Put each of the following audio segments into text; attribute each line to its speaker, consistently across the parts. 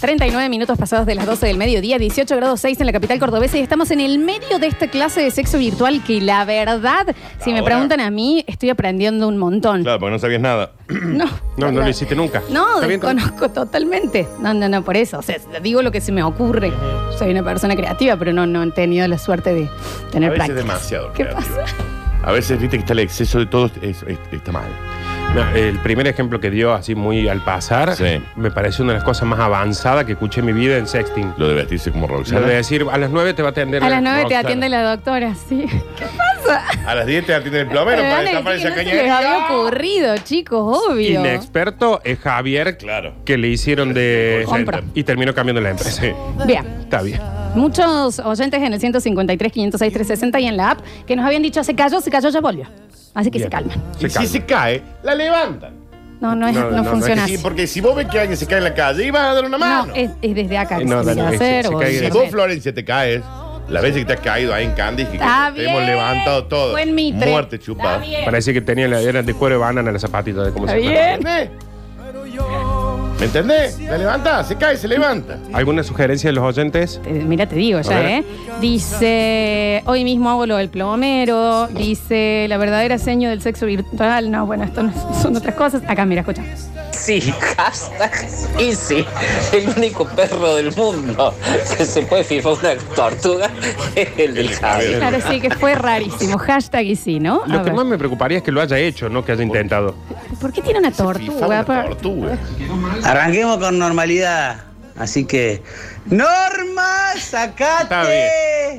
Speaker 1: 39 minutos pasados de las 12 del mediodía, 18 grados 6 en la capital cordobesa y estamos en el medio de esta clase de sexo virtual que la verdad, si me
Speaker 2: Ahora.
Speaker 1: preguntan a mí, estoy aprendiendo un montón.
Speaker 2: Claro, porque no sabías nada.
Speaker 1: No,
Speaker 3: No, no lo hiciste nunca.
Speaker 1: No,
Speaker 3: Está bien, está bien.
Speaker 1: desconozco totalmente. No, no, no, por eso. O sea, digo lo que se me ocurre. Soy una persona creativa, pero no, no he tenido la suerte de
Speaker 2: A
Speaker 1: tener
Speaker 2: veces
Speaker 1: prácticas.
Speaker 2: demasiado.
Speaker 1: ¿Qué
Speaker 2: creativo.
Speaker 1: pasa?
Speaker 2: A veces viste que está el exceso de todo, es- es- está mal.
Speaker 3: No, el primer ejemplo que dio así muy al pasar,
Speaker 2: Sí.
Speaker 3: me parece una de las cosas más avanzadas que escuché en mi vida en sexting.
Speaker 2: Lo de vestirse como
Speaker 3: Lo
Speaker 2: Roxana.
Speaker 3: de decir, a las 9 te va a atender
Speaker 1: A las 9 te
Speaker 3: Roxana.
Speaker 1: atiende la doctora, sí.
Speaker 2: A las 10 te atiende el plomero
Speaker 1: Me
Speaker 2: para
Speaker 1: van a
Speaker 2: destapar
Speaker 1: decir
Speaker 2: esa
Speaker 1: que no se les había
Speaker 2: cañería.
Speaker 1: ocurrido, chicos, obvio.
Speaker 3: Inexperto es Javier,
Speaker 2: Claro.
Speaker 3: que le hicieron de...
Speaker 1: Compra.
Speaker 3: Y terminó cambiando la empresa.
Speaker 2: Sí.
Speaker 1: Bien.
Speaker 3: Está bien.
Speaker 1: Muchos oyentes en el 153, 506, 360 y en la app que nos habían dicho se cayó, se cayó, ya volvió. Así que
Speaker 3: Bien.
Speaker 1: se calman.
Speaker 2: Y si se cae, la levantan.
Speaker 1: No, no, es,
Speaker 3: No,
Speaker 1: no,
Speaker 3: no, no,
Speaker 1: funciona
Speaker 2: Sí,
Speaker 1: así.
Speaker 2: porque si vos ves que alguien se cae en la calle, y vas a dar una mano.
Speaker 1: No, es, es desde acá que
Speaker 3: No,
Speaker 1: se tiene que
Speaker 3: dale, que se-
Speaker 1: hacer.
Speaker 3: se
Speaker 1: o-
Speaker 3: caiga.
Speaker 2: Si vos, Florencia, te caes, las veces que te has caído ahí en Candy, que
Speaker 1: Está
Speaker 2: te hemos
Speaker 1: bien.
Speaker 2: levantado todo.
Speaker 1: Buen mitre.
Speaker 2: Muerte chupada.
Speaker 1: Está bien.
Speaker 3: Parece que tenía la, eran de cuero de banana las zapatitas de cómo
Speaker 1: Está
Speaker 3: se
Speaker 1: bien.
Speaker 3: llama.
Speaker 2: ¿Entendés? ¿Me entendés? La levanta, se cae, se levanta.
Speaker 3: ¿Alguna sugerencia de los oyentes?
Speaker 1: Te- Mira, te digo
Speaker 3: A
Speaker 1: ya,
Speaker 3: ver.
Speaker 1: ¿eh? Dice, hoy mismo hago lo del plomero. Dice, la verdadera seño del sexo virtual. No, bueno, esto no es- son otras cosas. Acá, mira, escucha.
Speaker 4: Sí, hashtag Easy, el único perro del mundo que se puede firmar una tortuga es el del Javi.
Speaker 1: Claro, sí, que fue rarísimo. Hashtag y sí, ¿no? A
Speaker 3: Lo que
Speaker 1: ver.
Speaker 3: más me preocuparía es que lo haya hecho, no que haya intentado.
Speaker 1: ¿Por qué tiene una
Speaker 2: Fifá
Speaker 1: tortuga?
Speaker 2: una
Speaker 1: Por-
Speaker 2: tortuga.
Speaker 5: Arranquemos con normalidad. Así que, Norma,
Speaker 3: Está bien.
Speaker 5: sacate.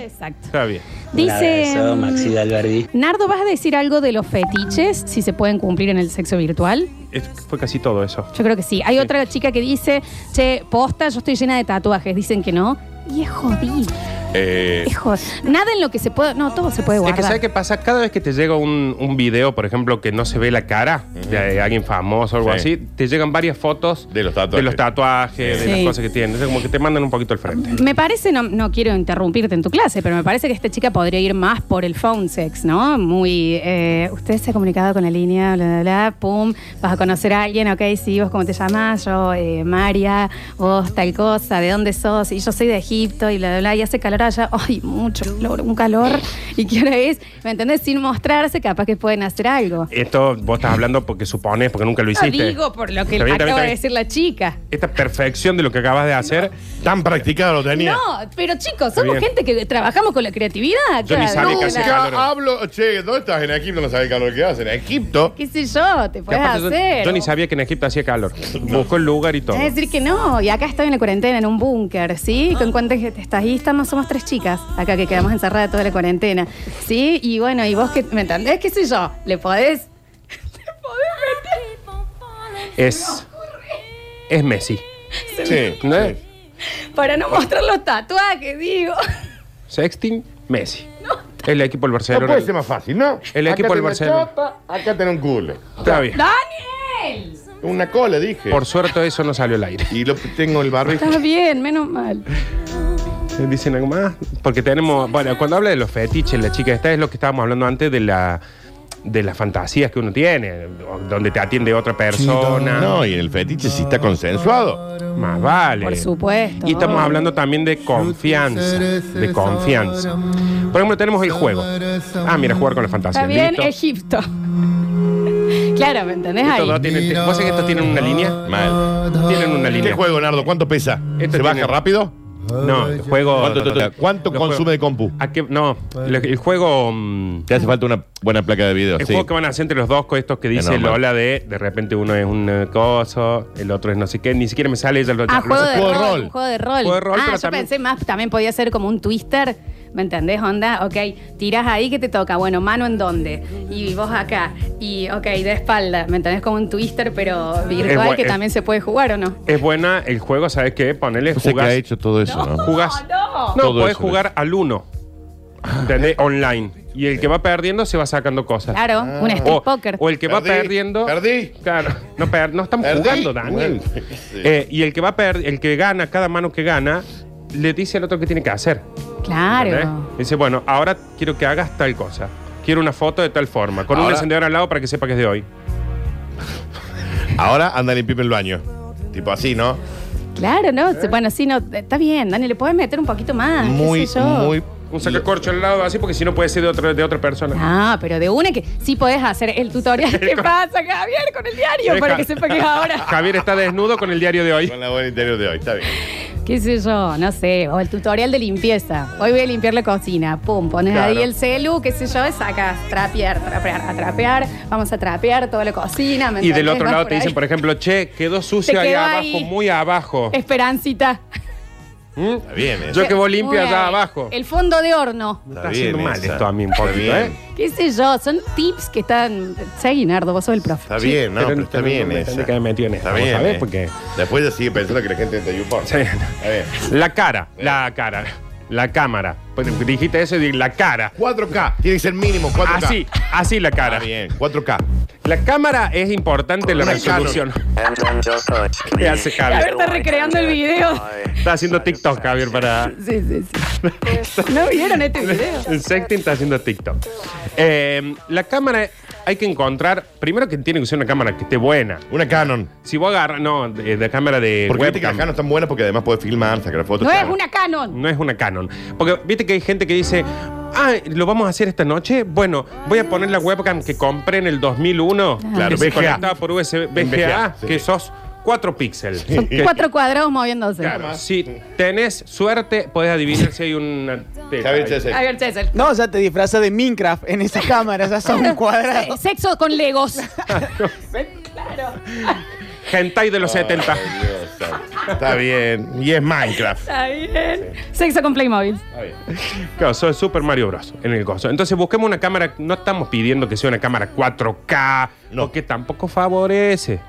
Speaker 1: Exacto.
Speaker 3: Está bien.
Speaker 1: Dice...
Speaker 5: Un abrazo, Maxi
Speaker 1: mm,
Speaker 5: Dalberdi.
Speaker 1: Nardo, ¿vas a decir algo de los fetiches, si se pueden cumplir en el sexo virtual?
Speaker 3: Es- fue casi todo eso.
Speaker 1: Yo creo que sí. Hay otra chica que dice, che, posta, yo estoy llena de tatuajes. Dicen que no. Y es jodido.
Speaker 2: Eh,
Speaker 1: Hijos, nada en lo que se pueda. No, todo se puede
Speaker 3: Es que
Speaker 1: guardar.
Speaker 3: ¿sabes qué pasa? Cada vez que te llega un, un video, por ejemplo, que no se ve la cara de alguien famoso o algo
Speaker 2: Sí.
Speaker 3: así, te llegan varias fotos
Speaker 2: De los tatuajes.
Speaker 3: de, los tatuajes, de
Speaker 1: Sí.
Speaker 3: las cosas que tienen. Entonces, como que te mandan un poquito al frente.
Speaker 1: Me parece, no, no quiero interrumpirte en tu clase, pero me parece que esta chica podría ir más por el phone sex, ¿no? Muy. eh, usted se ha comunicado con la línea, bla, bla, bla, pum, vas a conocer a alguien, ok, sí, vos cómo te llamas, yo, eh, María, vos tal cosa, ¿de dónde sos? Y yo soy de Egipto, y bla, bla, bla, y hace calor allá, ay, mucho calor, un calor, y qué hora es, ¿me entendés? Sin mostrarse, capaz que pueden hacer algo.
Speaker 3: Esto vos estás hablando porque supones, porque nunca lo
Speaker 1: No
Speaker 3: hiciste.
Speaker 1: digo por lo que
Speaker 3: Está bien, está bien,
Speaker 1: acaba
Speaker 3: está
Speaker 1: de
Speaker 3: bien.
Speaker 1: decir la chica.
Speaker 3: Esta perfección de lo que acabas de hacer.
Speaker 2: tan practicado lo tenía.
Speaker 1: No, pero chicos, somos
Speaker 3: bien.
Speaker 1: gente que trabajamos con la creatividad.
Speaker 3: Yo ni
Speaker 1: claro.
Speaker 3: sabía que hacía
Speaker 1: Nunca.
Speaker 3: calor.
Speaker 2: hablo, che, ¿dónde estás? En Egipto no sabés el calor que hace. En Egipto.
Speaker 1: ¿Qué sé yo? Te
Speaker 3: que
Speaker 1: puedes
Speaker 3: aparte yo-
Speaker 1: hacer.
Speaker 3: yo ni sabía que en Egipto hacía calor. Buscó el lugar y todo. Ah.
Speaker 1: Es decir que no, y acá estoy en la cuarentena, en un búnker, ¿sí? Con cuánta gente estás ahí, estamos, somos tres chicas, acá que quedamos encerradas toda la cuarentena, ¿sí? Y bueno, y vos que, ¿me entendés? ¿Qué sé yo? ¿Le podés? ¿Le podés
Speaker 3: Es, es Messi.
Speaker 2: Sí.
Speaker 3: ¿No es?
Speaker 1: meter? Para no mostrar los tatuajes, digo.
Speaker 3: Sexting, Messi. El equipo del
Speaker 2: No
Speaker 3: Barcelona.
Speaker 2: puede ser más fácil, ¿no?
Speaker 3: El equipo
Speaker 2: Acá tenés
Speaker 3: del Barcelona.
Speaker 2: chota, acá tenés un culo.
Speaker 3: Está bien.
Speaker 1: ¡Daniel!
Speaker 2: Una cola, dije.
Speaker 3: Por suerte eso no salió al aire.
Speaker 2: Y lo tengo el barbijo.
Speaker 1: Estás bien, menos mal.
Speaker 3: Eh, ¿Dicen algo más? Porque tenemos, bueno, cuando habla de los fetiches, la chica esta es lo que estábamos hablando antes de la de las fantasías que uno tiene, o- donde te atiende otra persona.
Speaker 2: No, y el fetiche sí está consensuado.
Speaker 3: Más vale.
Speaker 1: Por supuesto.
Speaker 3: Y estamos hablando también de confianza. De confianza. Por ejemplo, tenemos el juego. Ah, mira, jugar con la fantasía.
Speaker 1: Está bien,
Speaker 3: Listo.
Speaker 1: Egipto. claro, ¿me entendés?
Speaker 3: Estos
Speaker 1: Ahí.
Speaker 3: dos tienen- te- ¿Vos sabés que estos tienen una línea?
Speaker 2: Mal.
Speaker 3: Tienen una
Speaker 2: ¿Qué
Speaker 3: línea.
Speaker 2: juego, Nardo? ¿Cuánto pesa? ¿Se
Speaker 3: Este tiene-
Speaker 2: baja rápido?
Speaker 3: No, el juego.
Speaker 2: ¿Cuánto, cuánto
Speaker 3: Los
Speaker 2: consume
Speaker 3: juegos-
Speaker 2: de compu?
Speaker 3: ¿A qué? No, el, el juego. mm,
Speaker 2: Te hace falta una buena placa de video.
Speaker 3: El
Speaker 2: sí.
Speaker 3: juego que van a hacer entre los dos con estos que dice
Speaker 2: Enorme.
Speaker 3: Lola de de repente uno es un eh, coso, el otro es no sé qué, ni siquiera me sale ella lo
Speaker 1: Ah,
Speaker 3: lo-
Speaker 1: juego de
Speaker 2: Juego de
Speaker 1: rol,
Speaker 2: rol.
Speaker 1: un juego de rol.
Speaker 3: Juego de rol,
Speaker 1: ah,
Speaker 3: pero
Speaker 1: yo
Speaker 3: también-
Speaker 1: pensé más, también podía ser como un twister. ¿Me entendés, onda? Ok, tirás ahí que te toca. Bueno, mano en dónde. Y vos acá. Y, ok, de espalda. ¿Me entendés? Como un twister, pero virtual,
Speaker 3: buen-
Speaker 1: que
Speaker 3: es-
Speaker 1: también se puede jugar, ¿o no?
Speaker 3: Es buena el juego, ¿sabes qué? Ponele
Speaker 2: No sé que
Speaker 3: jugás.
Speaker 2: ha hecho todo eso, ¿no?
Speaker 3: jugás-
Speaker 1: no!
Speaker 3: No,
Speaker 2: Todo
Speaker 3: podés
Speaker 2: eso,
Speaker 3: jugar al uno. ¿Entendés? Online. Y el que va perdiendo se va sacando cosas.
Speaker 1: Claro, Ah, un stick
Speaker 3: Ah. O,
Speaker 1: poker.
Speaker 3: o el que va
Speaker 2: Perdí,
Speaker 3: perdiendo.
Speaker 2: perdí.
Speaker 3: Claro. No, per- no estamos
Speaker 2: Perdí.
Speaker 3: jugando, Daniel.
Speaker 2: Bueno, sí.
Speaker 3: Eh, y el que va a per- el que gana, cada mano que gana, le dice al otro qué tiene que hacer. ¿Entendés?
Speaker 1: Claro.
Speaker 3: Dice, bueno, ahora quiero que hagas tal cosa. Quiero una foto de tal forma, con un
Speaker 2: Ahora-
Speaker 3: encendedor al lado para que sepa que es de hoy.
Speaker 2: Ahora anda limpio el baño. Tipo así, ¿no?
Speaker 1: Claro, ¿no?
Speaker 3: ¿Eh?
Speaker 1: Bueno, sí, no, está bien, Dani, le puedes meter un poquito más. qué
Speaker 2: Muy,
Speaker 1: sé yo.
Speaker 2: muy.
Speaker 3: Un sacacorcho al lado así porque si no puede ser de otra, de otra persona.
Speaker 1: Ah, pero de una que sí podés hacer el tutorial. ¿Qué pasa, Javier, con el diario? Para que sepa que es ahora.
Speaker 3: Javier está desnudo con el diario de hoy.
Speaker 2: Con la buena interior de hoy, está bien.
Speaker 1: ¿Qué sé yo? No sé. O el tutorial de limpieza. Hoy voy a limpiar la cocina. Pum, pones
Speaker 3: Claro.
Speaker 1: ahí el celu, qué sé yo, y sacas trapear, trapear, a trapear. Vamos a trapear toda la cocina. ¿me
Speaker 3: Y del
Speaker 1: entendés?
Speaker 3: otro
Speaker 1: Vas
Speaker 3: lado
Speaker 1: por
Speaker 3: te
Speaker 1: ahí.
Speaker 3: dicen, por ejemplo, che, quedó sucio
Speaker 1: Te
Speaker 3: ahí
Speaker 1: quedó
Speaker 3: abajo,
Speaker 1: ahí.
Speaker 3: muy abajo.
Speaker 1: Esperancita.
Speaker 3: ¿Mm?
Speaker 2: Está bien, ¿eh?
Speaker 3: Yo que vos limpias
Speaker 1: Muy
Speaker 3: allá
Speaker 1: ahí.
Speaker 3: abajo.
Speaker 1: El fondo de horno.
Speaker 3: Me
Speaker 2: Está
Speaker 3: está haciendo
Speaker 2: bien
Speaker 3: mal
Speaker 2: esa.
Speaker 3: esto a mí un
Speaker 2: Está
Speaker 3: poquito,
Speaker 2: bien.
Speaker 3: ¿eh?
Speaker 1: ¿Qué sé yo? Son tips que están. Seguí, Nardo, vos sos el profe.
Speaker 2: Está bien, no,
Speaker 3: pero
Speaker 2: pero
Speaker 3: no
Speaker 2: está
Speaker 3: te-
Speaker 2: bien
Speaker 3: me
Speaker 2: esa.
Speaker 3: tendré que haber metido en
Speaker 2: Está
Speaker 3: esta, vos
Speaker 2: bien,
Speaker 3: sabés,
Speaker 2: eh.
Speaker 3: porque-
Speaker 2: Después ya sigue pensando que la gente te YouPorn.
Speaker 3: Sí.
Speaker 2: Está bien.
Speaker 3: La cara, la cara, la cámara. Pues dijiste eso y dije, la cara.
Speaker 2: 4K, tiene que ser mínimo 4K.
Speaker 3: Así, así la cara.
Speaker 2: Está bien, 4K.
Speaker 3: La cámara es importante en la
Speaker 2: Una
Speaker 3: resolución. ¿Qué hace
Speaker 1: Javier
Speaker 3: Javier?
Speaker 1: está recreando el video.
Speaker 3: Está haciendo TikTok, Javier, para...
Speaker 1: Sí, sí, sí. ¿No vieron este video?
Speaker 3: El sexting está haciendo TikTok. Eh, la cámara hay que encontrar, primero que tiene que ser una cámara que esté buena.
Speaker 2: Una Canon.
Speaker 3: Si vos agarras, no, de, de cámara de
Speaker 2: Porque viste que las
Speaker 3: Eh, webcam.
Speaker 2: Canon están buenas porque además puedes filmar, sacar fotos.
Speaker 1: No es
Speaker 2: claro.
Speaker 1: una Canon.
Speaker 3: No es una Canon. Porque viste que hay gente que dice, ah, ¿lo vamos a hacer esta noche? Bueno, voy a poner la webcam que compré en el
Speaker 1: Ah.
Speaker 3: 2001.
Speaker 2: Claro,
Speaker 3: que se
Speaker 2: VGA.
Speaker 3: conectaba por USB, VGA,
Speaker 2: sí.
Speaker 3: que sos 4 píxeles.
Speaker 1: Son cuatro cuadrados moviéndose.
Speaker 3: si tenés suerte, podés adivinar si hay una... teta
Speaker 2: Javier
Speaker 3: ahí.
Speaker 2: Chesel.
Speaker 1: Javier Chesel.
Speaker 6: No, ya te disfrazas de Minecraft en esa cámara, ya son un cuadrado.
Speaker 1: Se- Sexo con Legos.
Speaker 3: Hentai de los 70.
Speaker 2: Ay, Dios santo. Está Ah. bien. Y es Minecraft.
Speaker 1: Está bien. Sexo con Playmobil.
Speaker 2: Está bien.
Speaker 3: Claro, soy Super Mario Bros. en el coso. Entonces busquemos una cámara, no estamos pidiendo que sea una cámara 4K,
Speaker 2: No.
Speaker 3: porque tampoco favorece.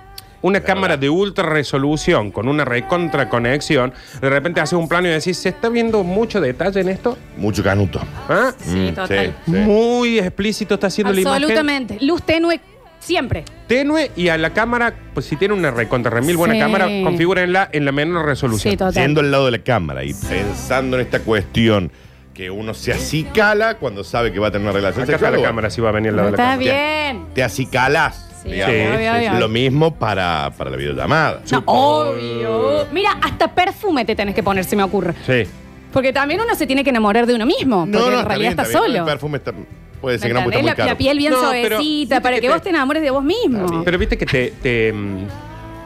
Speaker 3: Una cámara de ultra resolución con una recontra conexión, de repente haces un plano y decís, ¿se está viendo mucho detalle en esto?
Speaker 2: Mucho canuto.
Speaker 3: ¿Ah?
Speaker 1: Sí, total.
Speaker 2: mm, Sí, sí.
Speaker 3: Muy explícito está haciendo la imagen.
Speaker 1: Absolutamente. Luz tenue siempre.
Speaker 3: Tenue y a la cámara, pues si tiene una recontra remil buena
Speaker 1: Sí.
Speaker 3: cámara, configúrenla en la menor resolución.
Speaker 1: Sí, total.
Speaker 2: Yendo al lado de la cámara y pensando en esta cuestión que uno se acicala cuando sabe que va a tener una relación
Speaker 3: Acá está
Speaker 2: sexual.
Speaker 3: la
Speaker 2: bueno,
Speaker 3: cámara, si va a venir al lado de la
Speaker 1: Está
Speaker 3: cámara.
Speaker 1: bien.
Speaker 2: Te acicalas.
Speaker 1: Sí,
Speaker 2: digamos.
Speaker 3: obvio, Sí,
Speaker 1: obvio, obvio.
Speaker 2: Lo mismo para, para la videollamada.
Speaker 1: No,
Speaker 2: Oh.
Speaker 1: obvio. Mira, hasta perfume te tenés que poner, se me ocurre.
Speaker 3: Sí.
Speaker 1: Porque también uno se tiene que enamorar de uno mismo. porque en
Speaker 2: está
Speaker 1: realidad
Speaker 2: bien,
Speaker 1: está,
Speaker 2: bien.
Speaker 1: solo.
Speaker 2: El perfume está, puede ser
Speaker 1: ¿Me
Speaker 2: que no,
Speaker 1: entendés?
Speaker 2: porque está muy
Speaker 1: la,
Speaker 2: caro.
Speaker 1: la piel bien
Speaker 3: No, pero
Speaker 1: suavecita,
Speaker 3: viste
Speaker 1: para
Speaker 3: que
Speaker 1: que,
Speaker 3: te-
Speaker 1: vos te enamores de vos mismo.
Speaker 3: Pero viste que te, te, mm,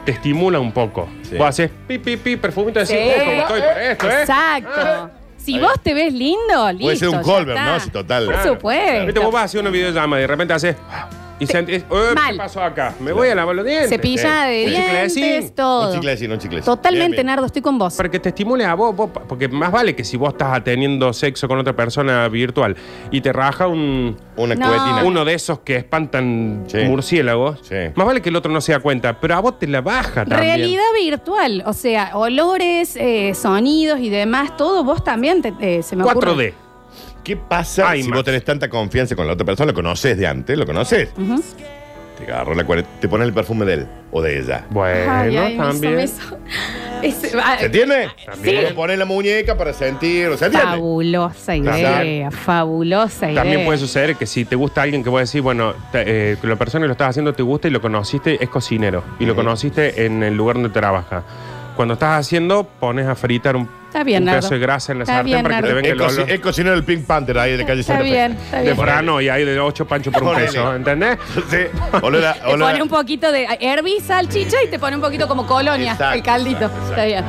Speaker 3: te estimula un poco.
Speaker 2: Sí.
Speaker 3: Vos haces pi, pi, pi, perfumito y decís,
Speaker 1: Sí.
Speaker 3: "Oh, ¿cómo estoy para esto, eh?
Speaker 1: Exacto. Si
Speaker 2: Ah. Está
Speaker 1: vos te ves lindo, listo.
Speaker 2: Puede ser un
Speaker 1: ya
Speaker 2: Colbert,
Speaker 1: está.
Speaker 2: ¿no? Si total.
Speaker 1: Por
Speaker 2: Claro.
Speaker 3: Viste,
Speaker 1: supuesto.
Speaker 3: vos vas a hacer una videollamada y de repente haces... ah, Y sentís, "Eh, ¿qué
Speaker 1: Mal.
Speaker 3: pasó acá? Me voy a lavar los dientes.
Speaker 1: Cepilla de
Speaker 3: Un
Speaker 1: dientes,
Speaker 3: chiclecín.
Speaker 2: Un
Speaker 1: todo.
Speaker 2: chicle así, no un chicle
Speaker 1: Totalmente,
Speaker 2: nada.
Speaker 1: Nardo, estoy con vos.
Speaker 3: Para que te estimule a vos, vos, pa- porque más vale que si vos estás teniendo sexo con otra persona virtual y te raja un,
Speaker 2: Una
Speaker 1: No.
Speaker 2: cuetina.
Speaker 3: uno de esos que espantan
Speaker 2: Sí.
Speaker 3: murciélagos,
Speaker 2: Sí.
Speaker 3: más vale que el otro no se da cuenta, pero a vos te la baja también.
Speaker 1: Realidad virtual, o sea, olores, eh, sonidos y demás, todo vos también te- eh, se me ocurre.
Speaker 3: 4D.
Speaker 2: ¿Qué pasa
Speaker 3: Ay,
Speaker 2: si
Speaker 3: Max.
Speaker 2: vos tenés tanta confianza con la otra persona? Lo conoces de antes, lo conoces.
Speaker 1: Ujú.
Speaker 2: Te agarro la cuare- te pones el perfume de él o de ella.
Speaker 3: Bueno,
Speaker 1: Ay, ay, me
Speaker 3: también.
Speaker 1: hizo- me hizo- Es- ah,
Speaker 2: ¿Se entiende?
Speaker 3: También.
Speaker 2: Uno pone la muñeca para sentir, ¿se entiende?
Speaker 1: fabulosa idea, fabulosa idea.
Speaker 3: También puede suceder que si te gusta alguien que vos decís, bueno, te- eh, que la persona que lo estás haciendo te gusta y lo conociste, es cocinero. Y lo
Speaker 2: Ujú.
Speaker 3: conociste en el lugar donde trabaja. Cuando estás haciendo, pones a fritar un,
Speaker 1: Está bien,
Speaker 3: un
Speaker 1: Nardo.
Speaker 3: pedazo de grasa en la
Speaker 1: Está
Speaker 3: sartén
Speaker 1: bien,
Speaker 3: para que te
Speaker 1: Nardo.
Speaker 3: venga el
Speaker 2: Es cosi-
Speaker 3: olor.
Speaker 2: es cocinero del Pink Panther ahí de calle
Speaker 1: Está
Speaker 2: Santa Fe.
Speaker 1: bien, está
Speaker 3: De
Speaker 1: bien.
Speaker 3: forano y hay de ocho panchos por un
Speaker 2: Ponele.
Speaker 3: peso, ¿entendés?
Speaker 2: Sí. Olor a-
Speaker 1: Te
Speaker 2: olor a-
Speaker 1: pone un poquito de hervis, salchicha y te pone un poquito como colonia,
Speaker 2: Exacto,
Speaker 1: el caldito.
Speaker 2: exacto,
Speaker 1: Está bien.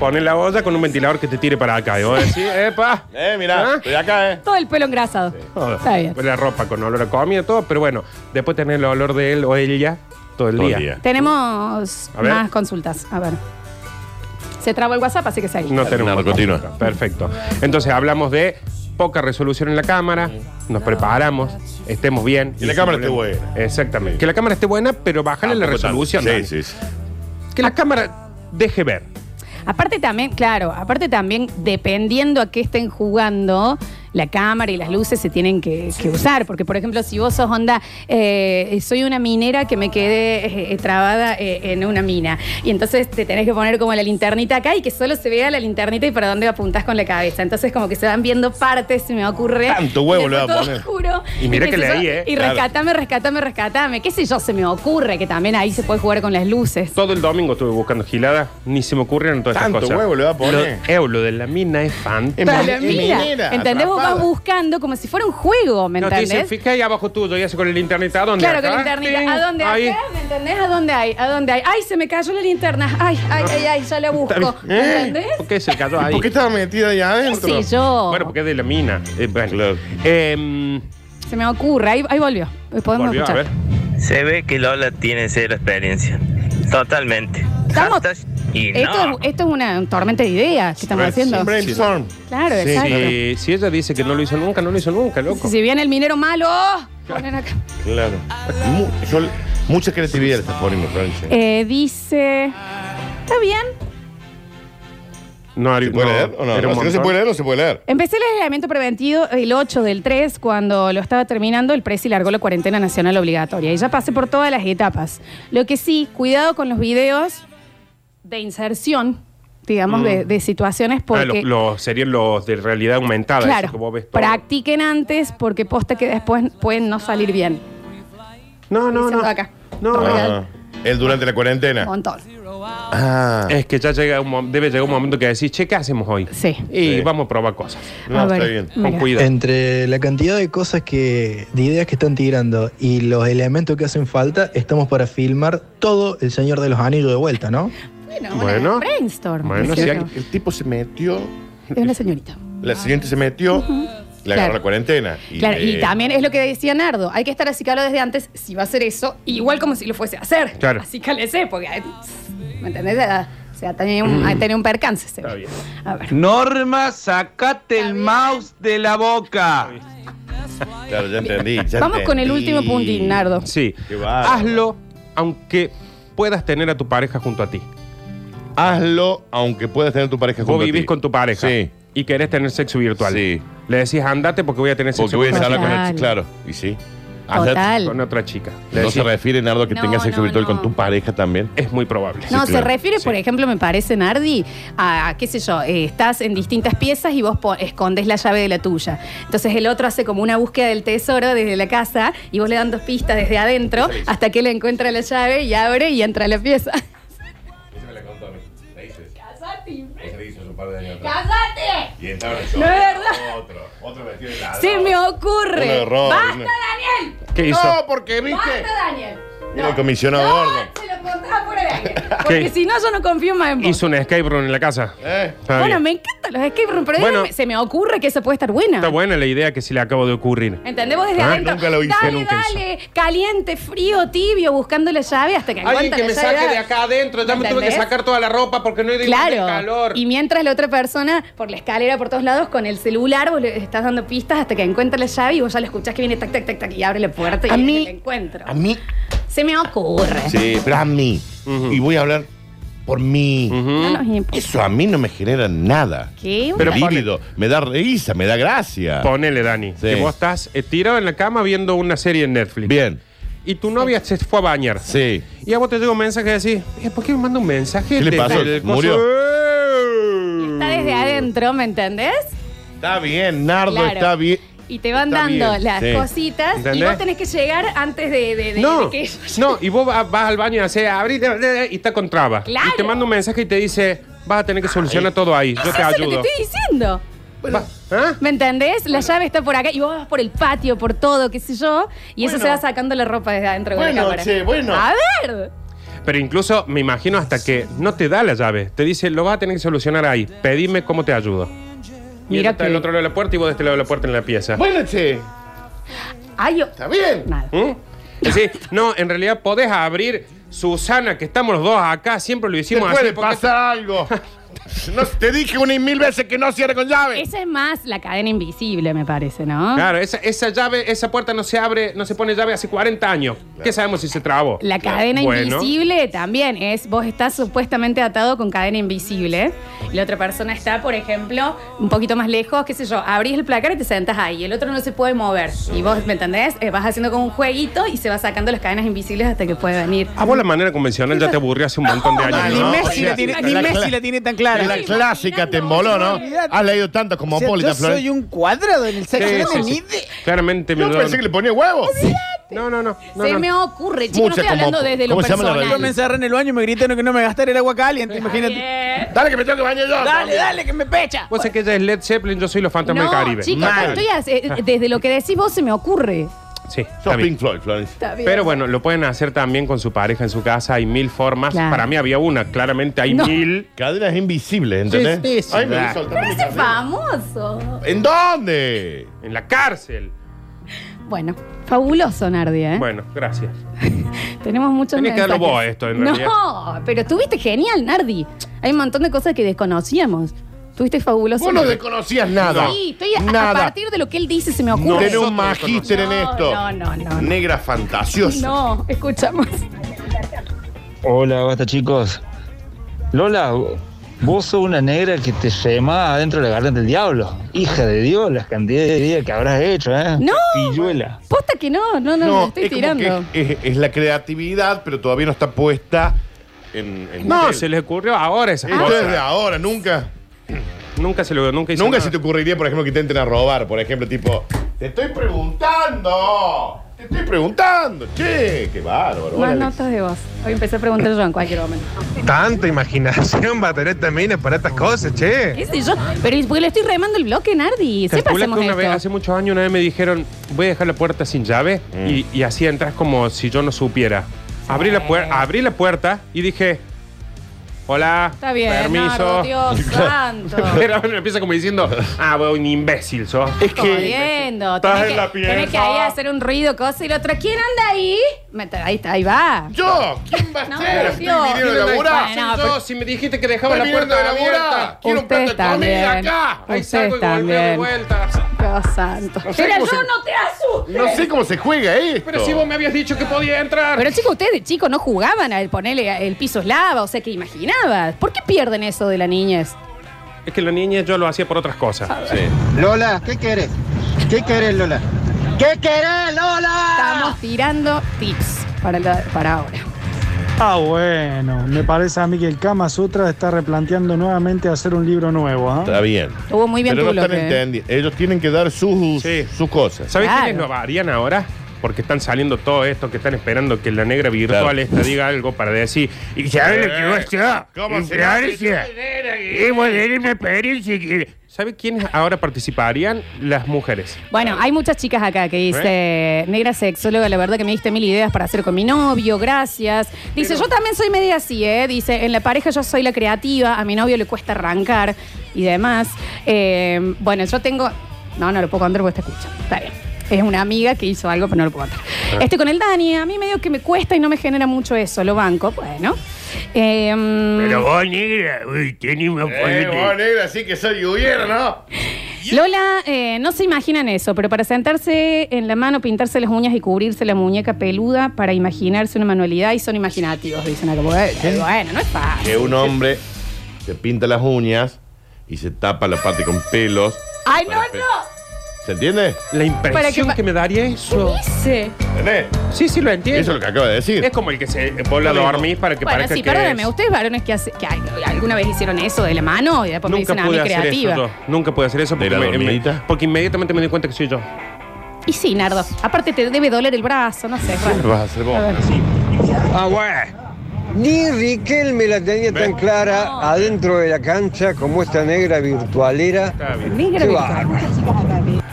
Speaker 3: Pones la olla con un ventilador que te tire para acá. Y vos decís, epa.
Speaker 2: Eh, mirá,
Speaker 3: ¿Ah?
Speaker 2: estoy acá, eh.
Speaker 1: Todo el pelo engrasado. Está bien.
Speaker 3: La ropa con olor a comida, todo, pero bueno, después tenés el olor de él o ella todo el
Speaker 2: Todo el
Speaker 3: día.
Speaker 2: día.
Speaker 1: Tenemos
Speaker 3: A ver.
Speaker 1: más consultas. A ver. Se traba el WhatsApp, así que seguí.
Speaker 3: No tenemos.
Speaker 2: Nardo, continúa.
Speaker 3: Perfecto. Entonces hablamos de poca resolución en la cámara, nos preparamos, estemos bien.
Speaker 2: Que la cámara esté buena.
Speaker 3: Exactamente. Ah, Que la cámara esté buena, pero bájale la
Speaker 2: Tampoco tanto.
Speaker 3: resolución.
Speaker 2: Sí,
Speaker 3: Dani.
Speaker 2: sí, sí.
Speaker 3: Que la cámara deje ver.
Speaker 1: Aparte también, claro, aparte también, dependiendo a qué estén jugando, la cámara y las luces se tienen que, que usar. Porque, por ejemplo, si vos sos onda, eh, soy una minera que me quedé eh, eh, trabada eh, en una mina. Y entonces te tenés que poner como la linternita acá y que solo se vea la linternita y para dónde apuntás con la cabeza. Entonces, como que se van viendo partes, se me ocurre.
Speaker 2: Tanto huevo
Speaker 1: Y
Speaker 2: le va a
Speaker 1: todo
Speaker 2: poner.
Speaker 1: oscuro.
Speaker 3: Y mira
Speaker 1: qué
Speaker 3: que
Speaker 1: sé
Speaker 3: leí,
Speaker 1: yo.
Speaker 3: ¿eh?
Speaker 1: Y
Speaker 2: Claro.
Speaker 1: rescatame, rescatame, rescatame. ¿Qué sé yo? Se me ocurre que también ahí se puede jugar con las luces.
Speaker 3: Todo el domingo estuve buscando giladas, ni se me ocurrieron todas esas
Speaker 2: Tanto
Speaker 3: cosas.
Speaker 2: huevo le va a poner.
Speaker 3: Lo, eu, lo de la mina es
Speaker 1: Pero
Speaker 2: Es
Speaker 3: fantástico.
Speaker 2: mi-
Speaker 1: mira,
Speaker 2: es minera,
Speaker 1: ¿entendés? Vos vas
Speaker 2: atrapada.
Speaker 1: buscando como si fuera un juego, ¿me
Speaker 3: No, te dicen,
Speaker 1: entendés?
Speaker 3: fija ahí abajo tuyo, y hace con el internet, ¿a dónde?
Speaker 1: Claro, con
Speaker 3: Acá, ting,
Speaker 1: linternita. ¿A dónde
Speaker 3: ahí.
Speaker 1: acá? ¿Me entendés? ¿A dónde hay? ¿A dónde hay? ¡Ay, se me cayó la linterna! ¡Ay, ay, ay, ay! Ya la busco.
Speaker 2: bien.
Speaker 1: ¿Me
Speaker 2: ¿Eh?
Speaker 1: entendés?
Speaker 3: ¿Por qué se cayó
Speaker 2: ¿Y
Speaker 3: ahí?
Speaker 2: ¿Por qué estaba metida ahí adentro?
Speaker 1: Sí, yo.
Speaker 3: Bueno, porque es de la mina. Eh, bueno.
Speaker 2: Claro.
Speaker 3: Em,
Speaker 1: Se me ocurre. Ahí, ahí volvió. Podemos
Speaker 3: volvió, a
Speaker 1: escuchar.
Speaker 3: ver.
Speaker 7: Se ve que Lola tiene cero experiencia. Totalmente.
Speaker 1: Estamos-
Speaker 7: Hashtag y
Speaker 1: Esto,
Speaker 7: no.
Speaker 1: es, esto es una tormenta de ideas que estamos haciendo.
Speaker 2: Brainstorm.
Speaker 1: Claro,
Speaker 2: Sí.
Speaker 1: exacto.
Speaker 3: Si, si ella dice que no lo hizo nunca, no lo hizo nunca, loco.
Speaker 1: Si, si viene el minero malo, oh, ponen acá.
Speaker 2: Claro. Mu- yo le- mucha creatividad le estás poniendo, Florencia.
Speaker 1: Eh, dice. ¿Está bien?
Speaker 3: No, Ari,
Speaker 2: ¿Se puede
Speaker 3: no,
Speaker 2: leer o no?
Speaker 3: era un
Speaker 2: No, si no se
Speaker 3: montón.
Speaker 2: puede leer, no se puede leer.
Speaker 1: Empecé el aislamiento preventivo el 8 del 3, cuando lo estaba terminando, el Presi largó la cuarentena nacional obligatoria. Y ya pasé por todas las etapas. Lo que sí, cuidado con los videos de inserción, digamos, de, de situaciones
Speaker 3: Ah,
Speaker 1: porque...
Speaker 3: los, los- serían los de realidad aumentada. esos
Speaker 1: claro,
Speaker 3: que vos ves todo.
Speaker 1: practiquen antes porque posta que después pueden no salir bien.
Speaker 3: No, no,
Speaker 1: Dicen
Speaker 3: no.
Speaker 1: todo acá.
Speaker 3: No, no.
Speaker 2: Ah, él durante la cuarentena.
Speaker 1: Montón.
Speaker 2: Ah.
Speaker 3: Es que ya llega un, mom- debe llegar un momento que decís, che, ¿qué hacemos hoy?
Speaker 1: Sí.
Speaker 3: Y
Speaker 2: Sí.
Speaker 3: vamos a probar cosas.
Speaker 2: No,
Speaker 1: A
Speaker 2: está
Speaker 1: ver, Mm.
Speaker 2: bien.
Speaker 1: mira.
Speaker 3: Con cuidado.
Speaker 8: Entre la cantidad de cosas que, de ideas que están tirando y los elementos que hacen falta, estamos para filmar todo el Señor de los Anillos de vuelta, ¿no?
Speaker 1: Bueno,
Speaker 3: Bueno.
Speaker 1: bueno brainstorm.
Speaker 3: Bueno,
Speaker 1: ¿no es
Speaker 3: si
Speaker 1: cierto?
Speaker 2: El tipo se metió,
Speaker 1: Es una señorita.
Speaker 2: la siguiente se metió, le agarró
Speaker 1: Claro.
Speaker 2: la cuarentena. Y
Speaker 1: Claro, y
Speaker 2: le-
Speaker 1: también es lo que decía Nardo, hay que estar acicalado desde antes si va a hacer eso, igual como si lo fuese a hacer.
Speaker 3: Claro.
Speaker 1: Acicálese, porque, eh, ¿me entendés? Ah, O sea, tiene un,
Speaker 2: Mm.
Speaker 1: ah, tiene un percance. se ve.
Speaker 3: Está bien.
Speaker 1: A ver.
Speaker 5: Norma, sacate el mouse de la boca.
Speaker 2: Claro, ya entendí. ya
Speaker 1: Vamos con el
Speaker 2: entendí.
Speaker 1: último puntín, Nardo.
Speaker 3: Sí.
Speaker 2: Qué bárbaro.
Speaker 3: Hazlo aunque puedas tener a tu pareja junto a ti.
Speaker 2: Hazlo aunque puedas tener tu pareja junto
Speaker 3: Vos
Speaker 2: a
Speaker 3: vivís
Speaker 2: ti.
Speaker 3: con tu pareja.
Speaker 2: Sí.
Speaker 3: Y querés tener sexo virtual.
Speaker 2: Sí.
Speaker 3: Le decís, andate porque voy a tener
Speaker 2: Porque
Speaker 3: sexo
Speaker 2: voy a
Speaker 3: virtual
Speaker 2: hablar con
Speaker 1: Total.
Speaker 2: la chica. Claro, y sí. Hazlo-
Speaker 1: Total.
Speaker 3: con otra chica. Le
Speaker 2: No
Speaker 3: decís,
Speaker 2: se refiere, Nardo, a que
Speaker 1: No,
Speaker 2: tengas sexo
Speaker 1: no,
Speaker 2: virtual
Speaker 1: no.
Speaker 2: con tu pareja también.
Speaker 3: es muy probable.
Speaker 1: No,
Speaker 2: Sí,
Speaker 1: se
Speaker 2: claro.
Speaker 1: refiere, por
Speaker 3: Sí.
Speaker 1: ejemplo, me parece, Nardi, a, a, qué sé yo, eh, estás en distintas piezas y vos po- escondes la llave de la tuya. Entonces el otro hace como una búsqueda del tesoro desde la casa y vos le dan dos pistas desde adentro hasta que él encuentra la llave y abre y entra a la pieza. ¡Cállate! No es verdad.
Speaker 2: Otro, otro vestido
Speaker 1: ¡Se me
Speaker 2: Un
Speaker 1: ocurre!
Speaker 2: error,
Speaker 1: ¡Basta,
Speaker 2: un-
Speaker 1: Daniel!
Speaker 3: ¿Qué hizo?
Speaker 2: No, porque viste.
Speaker 1: ¡Basta, Daniel!
Speaker 2: Mira el comisionado
Speaker 1: no,
Speaker 2: gordo.
Speaker 1: se lo contaba por el aire. Porque
Speaker 3: ¿Qué?
Speaker 1: si no, yo no confío más en vos.
Speaker 3: Hizo un escape room en la casa.
Speaker 2: Eh.
Speaker 3: Está
Speaker 1: bueno,
Speaker 3: bien.
Speaker 1: me encantan los escape rooms, pero
Speaker 3: Bueno.
Speaker 1: déjame- se me ocurre que eso puede estar buena.
Speaker 3: Está buena la idea que se le acabo de ocurrir.
Speaker 1: ¿Entendés? Vos desde
Speaker 3: Ah,
Speaker 1: adentro.
Speaker 2: nunca lo hice,
Speaker 1: dale,
Speaker 3: nunca
Speaker 1: dale. Caliente, frío, tibio, buscando la llave hasta que aguanta la llave.
Speaker 3: adentro.
Speaker 1: ¿Entendés?
Speaker 3: toda la ropa porque no he
Speaker 1: Claro. Y mientras la otra persona, por la escalera, por todos lados, con el celular, vos le estás dando pistas hasta que encuentra la llave y vos ya lo escuchás que viene tac, tac, tac, tac, y abre la puerta y
Speaker 2: A
Speaker 1: es
Speaker 2: mí-
Speaker 1: el encuentro.
Speaker 2: A mí.
Speaker 1: Se me ocurre.
Speaker 2: Sí, pero a mí.
Speaker 3: Ujú.
Speaker 2: Y voy a hablar por mí.
Speaker 1: No nos importa.
Speaker 2: Eso a mí no me genera nada.
Speaker 1: ¿Qué?
Speaker 2: Pero
Speaker 1: Una-
Speaker 2: lívido, me da risa, me da gracia.
Speaker 3: Ponele, Dani,
Speaker 2: Sí.
Speaker 3: que vos estás eh, tirado en la cama viendo una serie en Netflix.
Speaker 2: Bien,
Speaker 3: Y tu novia se fue a bañar.
Speaker 2: sí.
Speaker 3: Y a vos te llega un mensaje y decís, "Eh, ¿por qué me manda un mensaje?
Speaker 2: ¿Qué le
Speaker 3: de-
Speaker 2: pasó?
Speaker 3: del coso?"
Speaker 2: ¿Murió?
Speaker 1: Está desde adentro, ¿me entendés?
Speaker 2: Está bien, Nardo,
Speaker 1: Claro.
Speaker 2: está bien.
Speaker 1: Y te van
Speaker 2: Está
Speaker 1: dando
Speaker 2: bien,
Speaker 1: las
Speaker 2: sí.
Speaker 1: cositas y
Speaker 3: ¿Entendés?
Speaker 1: vos tenés que llegar antes de, de- de- de
Speaker 3: No,
Speaker 1: que
Speaker 3: no, y vos va- vas al baño y haces abrir y está con traba.
Speaker 1: Claro.
Speaker 3: Y te manda un mensaje y te dice, vas a tener que solucionar todo ahí, yo te
Speaker 1: Eso es lo que
Speaker 3: ayudo.
Speaker 1: te estoy diciendo.
Speaker 3: Va- ¿Ah?
Speaker 1: ¿Me entendés? La llave está por acá y vos vas por el patio, por todo, qué sé yo, y eso se va sacando la ropa desde adentro de la
Speaker 2: Bueno,
Speaker 1: cámara.
Speaker 2: che, bueno.
Speaker 1: A ver.
Speaker 3: Pero incluso me imagino hasta que no te da la llave. Te dice, lo vas a tener que solucionar ahí. Pedime cómo te ayudo. Y
Speaker 1: Mira
Speaker 3: él está
Speaker 1: que-
Speaker 3: del otro lado de la puerta y vos de este lado de la puerta en la pieza.
Speaker 2: Bueno, che,
Speaker 1: Ay, yo-
Speaker 2: está bien.
Speaker 1: Nada.
Speaker 3: ¿Mm? Y sí, no, en realidad podés abrir, Susana, que estamos los dos acá, siempre lo
Speaker 2: Te
Speaker 3: hicimos así.
Speaker 2: puede
Speaker 3: porque-
Speaker 2: pasar algo. No, te dije una y mil veces que no cierre con llave.
Speaker 1: Esa es más la cadena invisible, me parece, ¿no?
Speaker 3: Claro, esa, esa llave, esa puerta no se abre, no se pone llave hace 40 años. ¿Qué sabemos si se trabó?
Speaker 1: La cadena
Speaker 3: Bueno.
Speaker 1: invisible también es, vos estás supuestamente atado con cadena invisible. La otra persona está, por ejemplo, un poquito más lejos, qué sé yo, abrís el placar y te sentás ahí. El otro no se puede mover. Y vos, ¿me entendés? Eh, vas haciendo como un jueguito y se va sacando las cadenas invisibles hasta que puede venir.
Speaker 3: A vos la manera convencional ya te aburrió hace un montón de años,
Speaker 2: Dale,
Speaker 6: Ni
Speaker 3: ¿no?
Speaker 6: Messi,
Speaker 2: O sea,
Speaker 6: la, tiene, ni
Speaker 2: la
Speaker 6: Messi
Speaker 2: cla-
Speaker 6: la tiene tan
Speaker 2: Es
Speaker 6: clara.
Speaker 2: la clásica te emboló, ¿no?
Speaker 6: Olvídate.
Speaker 2: Has leído tantas como
Speaker 6: O sea,
Speaker 2: Apólita,
Speaker 6: yo soy un cuadrado en el sexo,
Speaker 3: Sí,
Speaker 6: no
Speaker 3: sí,
Speaker 6: me
Speaker 3: sí.
Speaker 6: mide.
Speaker 3: Claramente me
Speaker 2: Yo
Speaker 3: lo-
Speaker 2: pensé que le ponía huevo.
Speaker 3: No, no, no. no,
Speaker 1: se
Speaker 3: no.
Speaker 1: me ocurre, chicos, no
Speaker 2: Mucha
Speaker 1: estoy hablando
Speaker 2: como-
Speaker 1: desde lo
Speaker 2: ¿cómo se llama la
Speaker 1: personal.
Speaker 2: radio?
Speaker 6: Yo me encerré en el baño y me gritaron que no me gastara el agua caliente, imagínate.
Speaker 1: Bien.
Speaker 2: Dale que me tengo que bañar yo.
Speaker 6: Dale, dale, que me pecha.
Speaker 3: Vos sabés que ella es Led Zeppelin, yo soy los fantasmas
Speaker 1: No,
Speaker 3: del Caribe.
Speaker 1: chicos,
Speaker 2: Mal.
Speaker 1: estoy as- eh, eh, desde lo que decís vos se me ocurre.
Speaker 3: Sí, está
Speaker 2: Sos
Speaker 3: bien.
Speaker 2: Pink Floyd, Florencia.
Speaker 1: Está bien.
Speaker 3: Pero bueno, lo pueden hacer también con su pareja en su casa. Hay mil formas.
Speaker 1: Claro.
Speaker 3: Para mí había una, claramente hay
Speaker 1: No.
Speaker 3: mil.
Speaker 2: Cadenas invisibles, ¿entendés?
Speaker 3: Sí, sí, sí.
Speaker 2: Ay, me
Speaker 3: Ah.
Speaker 2: soltaron
Speaker 1: Pero
Speaker 2: mi
Speaker 1: ese es
Speaker 2: cadena.
Speaker 1: famoso.
Speaker 2: ¿En dónde?
Speaker 3: En la cárcel.
Speaker 1: Bueno, fabuloso, Nardia, ¿eh?
Speaker 3: Bueno, gracias.
Speaker 1: Tenemos muchos
Speaker 3: Tenés que darlo
Speaker 1: mensajes.
Speaker 3: vos a esto, en realidad.
Speaker 1: No, pero estuviste genial, Nardi. Hay un montón de cosas que desconocíamos. Tuviste fabuloso.
Speaker 2: Vos no desconocías nada.
Speaker 1: Sí, estoy a, a
Speaker 2: nada.
Speaker 1: partir de lo que él dice se me
Speaker 2: No,
Speaker 1: ocurre.
Speaker 2: Tenés un magíster en
Speaker 1: No,
Speaker 2: esto.
Speaker 1: no, no, no, no.
Speaker 2: Negra fantasiosa.
Speaker 1: No, escuchamos.
Speaker 9: Hola, basta chicos. Lola, vos sos una negra que te llama adentro de la garganta del diablo. Hija de Dios, las cantidades de días que habrás hecho, ¿eh?
Speaker 1: No.
Speaker 9: Pilluela.
Speaker 1: Posta que no, no, no, me estoy
Speaker 2: Ah. es como
Speaker 1: tirando.
Speaker 2: que es, es- es la creatividad, pero todavía no está puesta en. en
Speaker 3: No,
Speaker 2: el-
Speaker 3: se les ocurrió ahora esa
Speaker 1: Ah.
Speaker 2: Esto es de
Speaker 3: cosa.
Speaker 2: ahora, nunca.
Speaker 3: Nunca se lo nunca hizo
Speaker 2: Nunca
Speaker 3: nada.
Speaker 2: se te ocurriría, por ejemplo, que te entren a robar, por ejemplo, tipo, te estoy preguntando, te estoy preguntando, che, qué bárbaro.
Speaker 1: Más
Speaker 2: órale.
Speaker 1: notas de voz. Hoy empecé a preguntar yo en cualquier momento.
Speaker 10: Tanta imaginación va a tener también para estas cosas, che.
Speaker 1: ¿Qué sé yo? Pero porque le estoy remando el bloque, Nardi. Siempre
Speaker 3: Calcula
Speaker 1: hacemos
Speaker 3: que una
Speaker 1: esto.
Speaker 3: vez, hace muchos años, una vez me dijeron, voy a dejar la puerta sin llave y, y así entras como si yo no supiera. Abrí, la puer-
Speaker 1: Ah.
Speaker 3: abrí la puerta y dije, hola,
Speaker 1: Está bien,
Speaker 3: permiso.
Speaker 1: Nardo, Dios santo.
Speaker 3: Pero bueno, empieza como diciendo, ah, vos un imbécil sos.
Speaker 2: Es que
Speaker 1: Jodiendo.
Speaker 2: Estás
Speaker 1: Tenés
Speaker 2: en
Speaker 1: que,
Speaker 2: la pieza.
Speaker 1: tenés que ahí hacer un ruido, cosa y la otra. ¿Quién anda ahí? Me tra- Ahí está, ahí va.
Speaker 2: yo, ¿quién va a
Speaker 1: No,
Speaker 2: ser?
Speaker 1: no,
Speaker 2: Estoy
Speaker 1: Dios.
Speaker 2: viniendo a laburar.
Speaker 1: Bueno, no,
Speaker 3: Yo,
Speaker 1: pero-
Speaker 3: si me dijiste que dejaba la
Speaker 2: Estoy viniendo
Speaker 3: puerta
Speaker 2: a laburar.
Speaker 3: abierta.
Speaker 2: Quiero un plato de
Speaker 1: Ustedes
Speaker 2: comida
Speaker 1: también.
Speaker 2: acá.
Speaker 3: Ahí salgo y
Speaker 1: Ustedes
Speaker 3: golpeo de
Speaker 1: también.
Speaker 3: vuelta.
Speaker 1: Dios santo.
Speaker 3: sé
Speaker 1: Pero yo
Speaker 3: cómo se-
Speaker 1: no te asustes.
Speaker 2: No sé cómo se juega esto.
Speaker 3: Pero si vos me habías dicho que podía entrar.
Speaker 1: Pero chicos, ustedes de chicos no jugaban al ponerle el piso es lava, o sea que imaginabas. ¿Por qué pierden eso de la niñez?
Speaker 3: Es que la niña yo lo hacía por otras cosas.
Speaker 10: Lola, ¿qué querés? ¿Qué querés, Lola? ¿Qué querés, Lola?
Speaker 1: Estamos tirando tips para, la- para ahora.
Speaker 9: Ah, bueno. Me parece a mí que el Kama Sutra está replanteando nuevamente hacer un libro nuevo, ¿ah?
Speaker 2: Está bien.
Speaker 1: Estuvo muy bien
Speaker 2: Pero
Speaker 1: tu
Speaker 2: no están
Speaker 1: bloque. ¿eh?
Speaker 2: entendiendo. Ellos tienen que dar sus,
Speaker 3: Sí.
Speaker 2: sus cosas.
Speaker 3: ¿Sabés
Speaker 1: Claro.
Speaker 3: quiénes lo varían ahora? Porque están saliendo todo esto, que están esperando que la negra virtual
Speaker 2: Claro. Eh,
Speaker 3: esta diga algo para decir. Y se hable que vos sos,
Speaker 2: ¿Cómo
Speaker 3: en
Speaker 2: se
Speaker 3: Francia,
Speaker 2: hace?
Speaker 3: y vos tenés una experiencia que-". ¿Sabe quiénes ahora participarían? Las mujeres.
Speaker 1: Bueno, hay muchas chicas acá que dice, negra sexóloga, la verdad que me diste mil ideas para hacer con mi novio, gracias. Dice, yo también soy media así, ¿eh? Dice, en la pareja yo soy la creativa, a mi novio le cuesta arrancar y demás. Eh, bueno, yo tengo... No, no lo puedo contar porque te escucha. Está bien. Es una amiga que hizo algo, pero no lo puedo contar. Estoy con el Dani, a mí medio que me cuesta y no me genera mucho eso, lo banco, bueno. Eh,
Speaker 3: vos, negra, uy, tenés una
Speaker 2: Eh, vos, negra, así que soy hubiera, ¿no?
Speaker 1: Lola, eh, no se imaginan eso, pero para sentarse en la mano, pintarse las uñas y cubrirse la muñeca peluda para imaginarse una manualidad y son imaginativos, dicen acá. Bueno, bueno, no es
Speaker 2: Que
Speaker 1: fácil.
Speaker 2: un hombre se pinta las uñas y se tapa la parte con pelos.
Speaker 1: ¡Ay, no,
Speaker 2: Perfecto.
Speaker 1: no!
Speaker 2: ¿Se entiende?
Speaker 3: La
Speaker 1: Para que
Speaker 3: impresión
Speaker 1: pa-
Speaker 3: que, me daría eso.
Speaker 1: Dice.
Speaker 2: ¿Entendés?
Speaker 3: Sí, sí, lo entiendo.
Speaker 2: Eso es lo que acaba de decir.
Speaker 3: Es como el que se vos la
Speaker 2: Lo mismo.
Speaker 3: dormís para que
Speaker 1: Bueno,
Speaker 3: parezca
Speaker 1: sí,
Speaker 3: que.
Speaker 1: perdónenme,
Speaker 3: es-
Speaker 1: ustedes varones que, hace- que al- alguna vez hicieron eso de la mano y después me
Speaker 3: Nunca
Speaker 1: dicen a mí
Speaker 3: pude hacer eso.
Speaker 1: creativa.
Speaker 3: yo. Nunca pude hacer eso
Speaker 2: ¿De
Speaker 3: porque,
Speaker 2: la
Speaker 3: me- me-
Speaker 2: dormidita?
Speaker 3: porque inmediatamente me di cuenta que soy yo.
Speaker 1: Y sí, Nardo. Aparte te debe doler el brazo, no sé.
Speaker 2: Siempre
Speaker 1: bueno.
Speaker 2: vas a hacer vos.
Speaker 10: Ah, bueno. Ni Riquelme la tenía tan clara adentro de la cancha como esta negra virtualera.
Speaker 3: Está bien.
Speaker 1: Negra
Speaker 10: Qué
Speaker 1: virtual.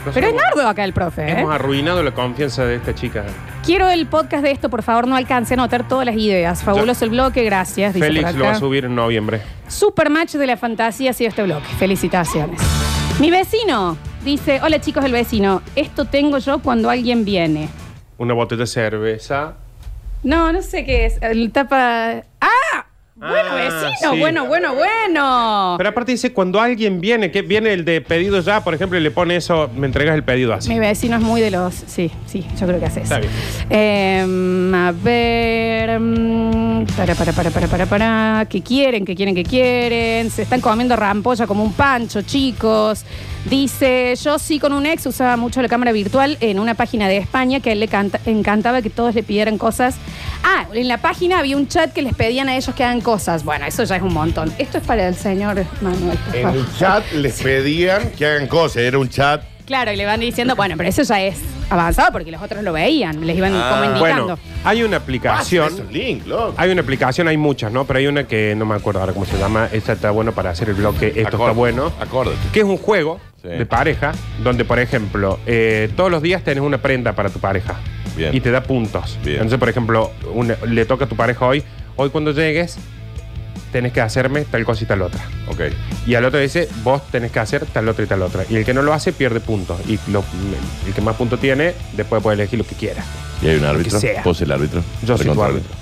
Speaker 3: Nos
Speaker 1: Pero es
Speaker 3: hemos-
Speaker 1: Nardo acá el profe, ¿eh?
Speaker 3: Hemos arruinado la confianza de esta chica.
Speaker 1: Quiero el podcast de esto, por favor, no alcance a anotar todas las ideas. Fabuloso el bloque, gracias. dice por
Speaker 3: Félix
Speaker 1: acá.
Speaker 3: lo va a subir en noviembre.
Speaker 1: Supermatch de la fantasía ha sido este bloque. Felicitaciones. Mi vecino dice, hola chicos, el vecino, esto tengo yo cuando alguien viene.
Speaker 3: Una botella de cerveza.
Speaker 1: No, no sé qué es. El tapa... ¡Ah! Bueno, vecino,
Speaker 3: sí.
Speaker 1: bueno, bueno, bueno.
Speaker 3: Pero aparte dice, cuando alguien viene, que viene el de pedido ya, por ejemplo, y le pone eso, me entregas el pedido así.
Speaker 1: Mi vecino es muy de los. Sí, sí, yo creo que hace eso.
Speaker 3: Está bien.
Speaker 1: Em, a ver. mm, Para, para, para, para, para, para. ¿Qué quieren? ¿Qué quieren? ¿Qué quieren? Se están comiendo rampolla como un pancho, chicos. Dice: Yo sí con un ex usaba mucho la cámara virtual en una página de España que a él le canta- encantaba que todos le pidieran cosas. Ah, en la página había un chat que les pedían a ellos que hagan cosas. Bueno, eso ya es un montón. Esto es para el señor Manuel. por
Speaker 2: En
Speaker 1: favor.
Speaker 2: el chat les pedían que hagan cosas. Era un chat.
Speaker 1: Claro, y le van diciendo, bueno, pero eso ya es avanzado porque los otros lo veían, les iban
Speaker 2: Ah,
Speaker 1: como indicando.
Speaker 3: Bueno, hay una aplicación.
Speaker 2: Pasa esos links, loco.
Speaker 3: Hay una aplicación, hay muchas, ¿no? Pero hay una que no me acuerdo ahora cómo se llama. Esta está bueno para hacer el bloque. Esto está
Speaker 2: Acorde,
Speaker 3: bueno.
Speaker 2: Acorde.
Speaker 3: Que es un juego
Speaker 2: Sí.
Speaker 3: de pareja donde, por ejemplo, eh, todos los días tenés una prenda para tu pareja.
Speaker 2: Bien.
Speaker 3: Y te da puntos.
Speaker 2: Bien.
Speaker 3: Entonces, por ejemplo, una- le toca a tu pareja hoy. Hoy cuando llegues, tenés que hacerme tal cosa y tal otra.
Speaker 2: Ok.
Speaker 3: Y al otro dice, vos tenés que hacer tal otra y tal otra. Y el que no lo hace pierde puntos. Y lo- el que más puntos tiene, después puede elegir lo que quiera.
Speaker 2: ¿Y hay un árbitro?
Speaker 3: árbitro? sea.
Speaker 2: ¿Vos
Speaker 3: ¿Vos
Speaker 2: el árbitro?
Speaker 3: Yo soy tu árbitro.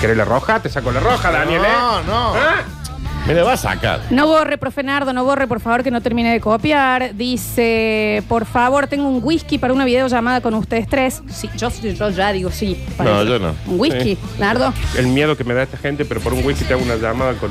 Speaker 3: ¿Querés la roja? Te saco la roja, Daniel, ¿eh?
Speaker 2: No, no.
Speaker 3: ¿Ah?
Speaker 2: Me la va a sacar.
Speaker 1: No borre, profe Nardo, no borre, por favor, que no termine de copiar. Dice, por favor, tengo un whisky para una videollamada con ustedes tres. Sí, yo, yo ya digo sí. para
Speaker 2: No,
Speaker 1: eso.
Speaker 2: yo no.
Speaker 1: ¿Un whisky,
Speaker 3: Sí.
Speaker 1: Nardo?
Speaker 3: El miedo que me da esta gente, pero por un wiki te hago una llamada con.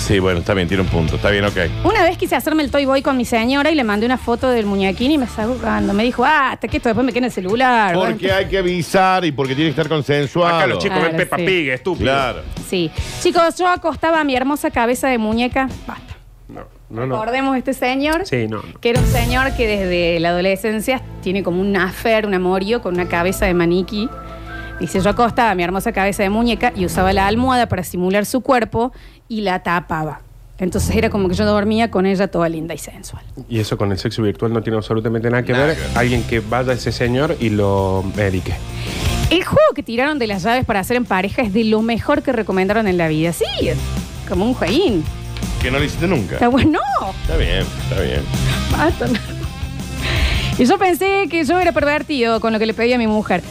Speaker 2: Sí, bueno, está bien, tiene un punto. Está bien, ok.
Speaker 1: Una vez quise hacerme el toy boy con mi señora y le mandé una foto del muñequín y me está jugando. Me dijo, ah, hasta que esto después me queda en el celular. Bueno,
Speaker 2: Porque hay que avisar y porque tiene que estar consensuado.
Speaker 3: Acá los chicos
Speaker 1: Claro,
Speaker 3: ven Peppa
Speaker 1: sí.
Speaker 3: Pig, estúpido.
Speaker 2: Claro.
Speaker 1: Sí. Chicos, yo acostaba a mi hermosa cabeza de muñeca. Basta.
Speaker 3: No, no, no.
Speaker 1: Recordemos a este señor.
Speaker 3: Sí, no.
Speaker 1: Que era un señor que desde la adolescencia tiene como un afer, un amorío con una cabeza de maniquí. Dice, yo acostaba mi hermosa cabeza de muñeca y usaba la almohada para simular su cuerpo y la tapaba. Entonces era como que yo dormía con ella toda linda y sensual.
Speaker 3: Y eso con el sexo virtual no tiene absolutamente nada que
Speaker 2: Nada
Speaker 3: ver.
Speaker 2: que ver.
Speaker 3: Alguien que vaya a ese señor y lo medique.
Speaker 1: El juego que tiraron de las llaves para hacer en pareja es de lo mejor que recomendaron en la vida. Sí, es como un jueguín.
Speaker 2: Que no lo hiciste nunca.
Speaker 1: Está bueno. No.
Speaker 2: Está bien, está bien.
Speaker 1: Basta. Y yo pensé que yo era pervertido con lo que le pedí a mi mujer.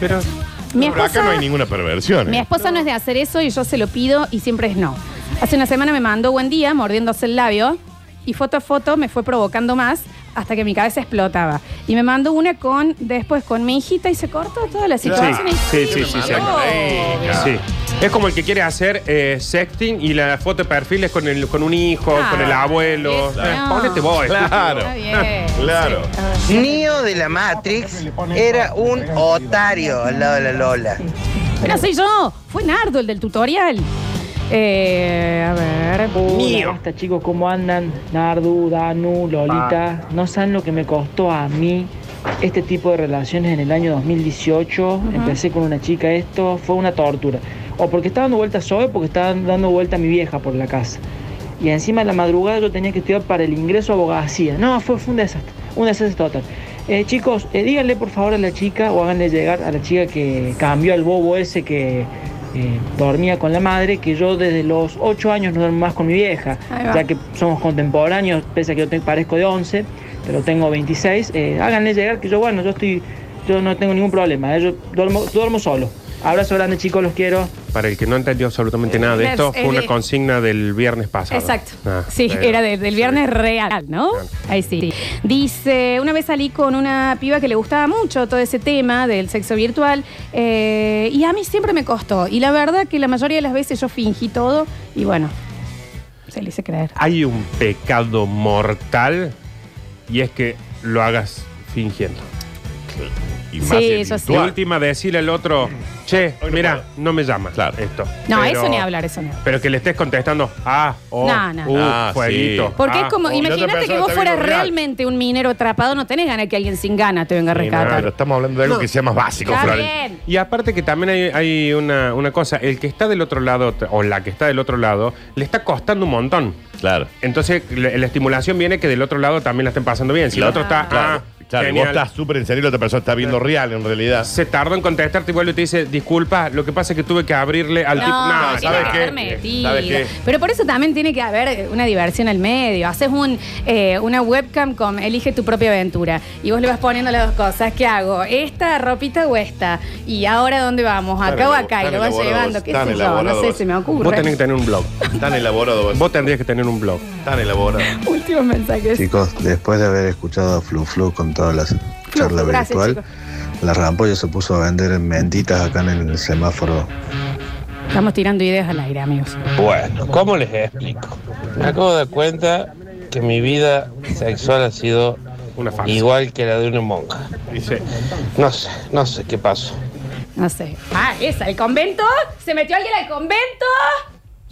Speaker 3: Pero.
Speaker 1: Mi
Speaker 2: Pero acá
Speaker 1: esposa,
Speaker 2: no hay ninguna perversión. ¿eh?
Speaker 1: mi esposa no es de hacer eso y yo se lo pido y siempre es no. Hace una semana me mandó buen día mordiéndose el labio y foto a foto me fue provocando más hasta que mi cabeza explotaba. Y me mandó una con después con mi hijita y se cortó toda la
Speaker 3: Sí,
Speaker 1: situación.
Speaker 3: sí, sí, sí. sí.
Speaker 1: Oh.
Speaker 3: Sí. Es como el que quiere hacer eh, sexting y la foto de perfil es con, el, con un hijo,
Speaker 1: Ah,
Speaker 3: con el abuelo.
Speaker 1: eso.
Speaker 3: Eh, Ponete vos.
Speaker 2: Claro.
Speaker 1: Está
Speaker 3: Ah,
Speaker 1: bien.
Speaker 2: Claro.
Speaker 5: Neo de la Matrix era un otario al lado de la Lola.
Speaker 1: Pero no soy yo, fue Nardo el del tutorial. Eh, a ver.
Speaker 11: Hola, basta, chicos, ¿cómo andan? Nardu, Danu, Lolita. No saben lo que me costó a mí este tipo de relaciones en el año 2018. Empecé con una chica, esto fue una tortura. O porque estaba dando vueltas yo, o porque estaba dando vuelta mi vieja por la casa. Y encima de la madrugada yo tenía que estudiar para el ingreso a abogacía. No, fue, fue un desastre, un desastre total. Eh, chicos, eh, díganle por favor a la chica o háganle llegar a la chica que cambió al bobo ese que eh, dormía con la madre, que yo desde los 8 años no duermo más con mi vieja,
Speaker 1: Ahí va.
Speaker 11: ya que somos contemporáneos, pese a que yo te- parezco de 11, pero tengo 26. eh, háganle llegar que yo, bueno, yo estoy, yo no tengo ningún problema, eh, yo duermo, duermo solo. Abrazo grande chicos, los quiero.
Speaker 3: Para el que no entendió absolutamente nada de
Speaker 1: Es-
Speaker 3: esto, fue
Speaker 1: es
Speaker 3: una
Speaker 1: de-
Speaker 3: consigna del viernes pasado.
Speaker 1: Exacto.
Speaker 3: Ah,
Speaker 1: sí,
Speaker 3: pero-
Speaker 1: era de- del viernes real, ¿no? Ahí sí. Dice, una vez salí con una piba que le gustaba mucho todo ese tema del sexo virtual eh, y a mí siempre me costó. Y la verdad que la mayoría de las veces yo fingí todo y bueno, se le hice creer.
Speaker 3: Hay un pecado mortal y es que lo hagas fingiendo.
Speaker 2: Y
Speaker 1: Sí,
Speaker 2: más si
Speaker 1: eso
Speaker 2: es
Speaker 1: sí.
Speaker 3: La
Speaker 2: virtual.
Speaker 3: última, decirle al otro, che,
Speaker 2: Hoy no
Speaker 3: mira,
Speaker 2: puedo.
Speaker 3: no me llamas.
Speaker 2: Claro.
Speaker 3: Esto.
Speaker 1: No,
Speaker 3: Pero-
Speaker 1: eso ni hablar, eso ni hablar.
Speaker 3: Pero que le estés contestando, ah, oh,
Speaker 1: No, no.
Speaker 3: uh,
Speaker 2: Ah, sí.
Speaker 3: jueguito.
Speaker 1: Porque es
Speaker 3: ah,
Speaker 1: como,
Speaker 3: oh.
Speaker 2: la otra
Speaker 1: imagínate que
Speaker 2: persona
Speaker 1: vos
Speaker 2: está
Speaker 1: fueras
Speaker 2: viendo real.
Speaker 1: realmente un minero atrapado, no tenés ganas que alguien sin ganas te venga a
Speaker 3: Sí, no,
Speaker 1: rescatar.
Speaker 2: Pero estamos hablando de algo que sea más básico,
Speaker 1: Está
Speaker 2: Flor.
Speaker 1: bien.
Speaker 3: Y aparte que también hay, hay una, una cosa, el que está del otro lado, o la que está del otro lado, le está costando un montón.
Speaker 2: Claro.
Speaker 3: Entonces, la, la estimulación viene que del otro lado también la estén pasando bien. Si el
Speaker 2: Claro.
Speaker 3: otro está,
Speaker 2: Claro.
Speaker 3: ah,
Speaker 2: Claro, y vos
Speaker 3: Genial.
Speaker 2: estás súper en serio y la otra persona está viendo real en realidad.
Speaker 3: Se tardó en contestarte y vuelve y te dice, disculpa, lo que pasa es que tuve que abrirle al tipo.
Speaker 1: No,
Speaker 3: Nah,
Speaker 1: tiene que estar metida. Pero por eso también tiene que haber una diversión al medio. Haces un, eh, una webcam con elige tu propia aventura y vos le vas poniendo las dos cosas. ¿Qué hago? ¿Esta ropita o esta? ¿Y ahora dónde vamos?
Speaker 2: Tan
Speaker 1: ¿Acá o
Speaker 2: elabo-
Speaker 1: acá? Y
Speaker 2: tan
Speaker 1: lo vas
Speaker 2: elaborado,
Speaker 1: llevando. ¿Qué
Speaker 2: tan
Speaker 1: sé yo? No
Speaker 2: elaborado
Speaker 1: sé,
Speaker 2: vos.
Speaker 1: se me
Speaker 3: Vos tenés
Speaker 1: ocurre.
Speaker 3: que tener un blog.
Speaker 2: Tan elaborado vos.
Speaker 3: tendrías que tener un blog.
Speaker 2: Tan elaborado.
Speaker 1: Últimos mensajes.
Speaker 12: Chicos, después de haber escuchado a Flu Flu con toda la charla
Speaker 1: gracias,
Speaker 12: virtual, la rampolla se puso a vender mentitas acá en el semáforo.
Speaker 1: Estamos tirando ideas al aire, amigos.
Speaker 7: Bueno, ¿cómo les explico? Me acabo de dar cuenta que mi vida sexual ha sido igual que la de una monja. No sé, no sé qué pasó.
Speaker 1: No sé. Ah, esa, el convento. ¿Se metió alguien al convento?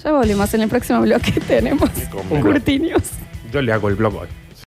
Speaker 1: Ya volvemos en el próximo bloque. Tenemos
Speaker 3: blog.
Speaker 1: Curtinios.
Speaker 3: Yo le hago el blog hoy.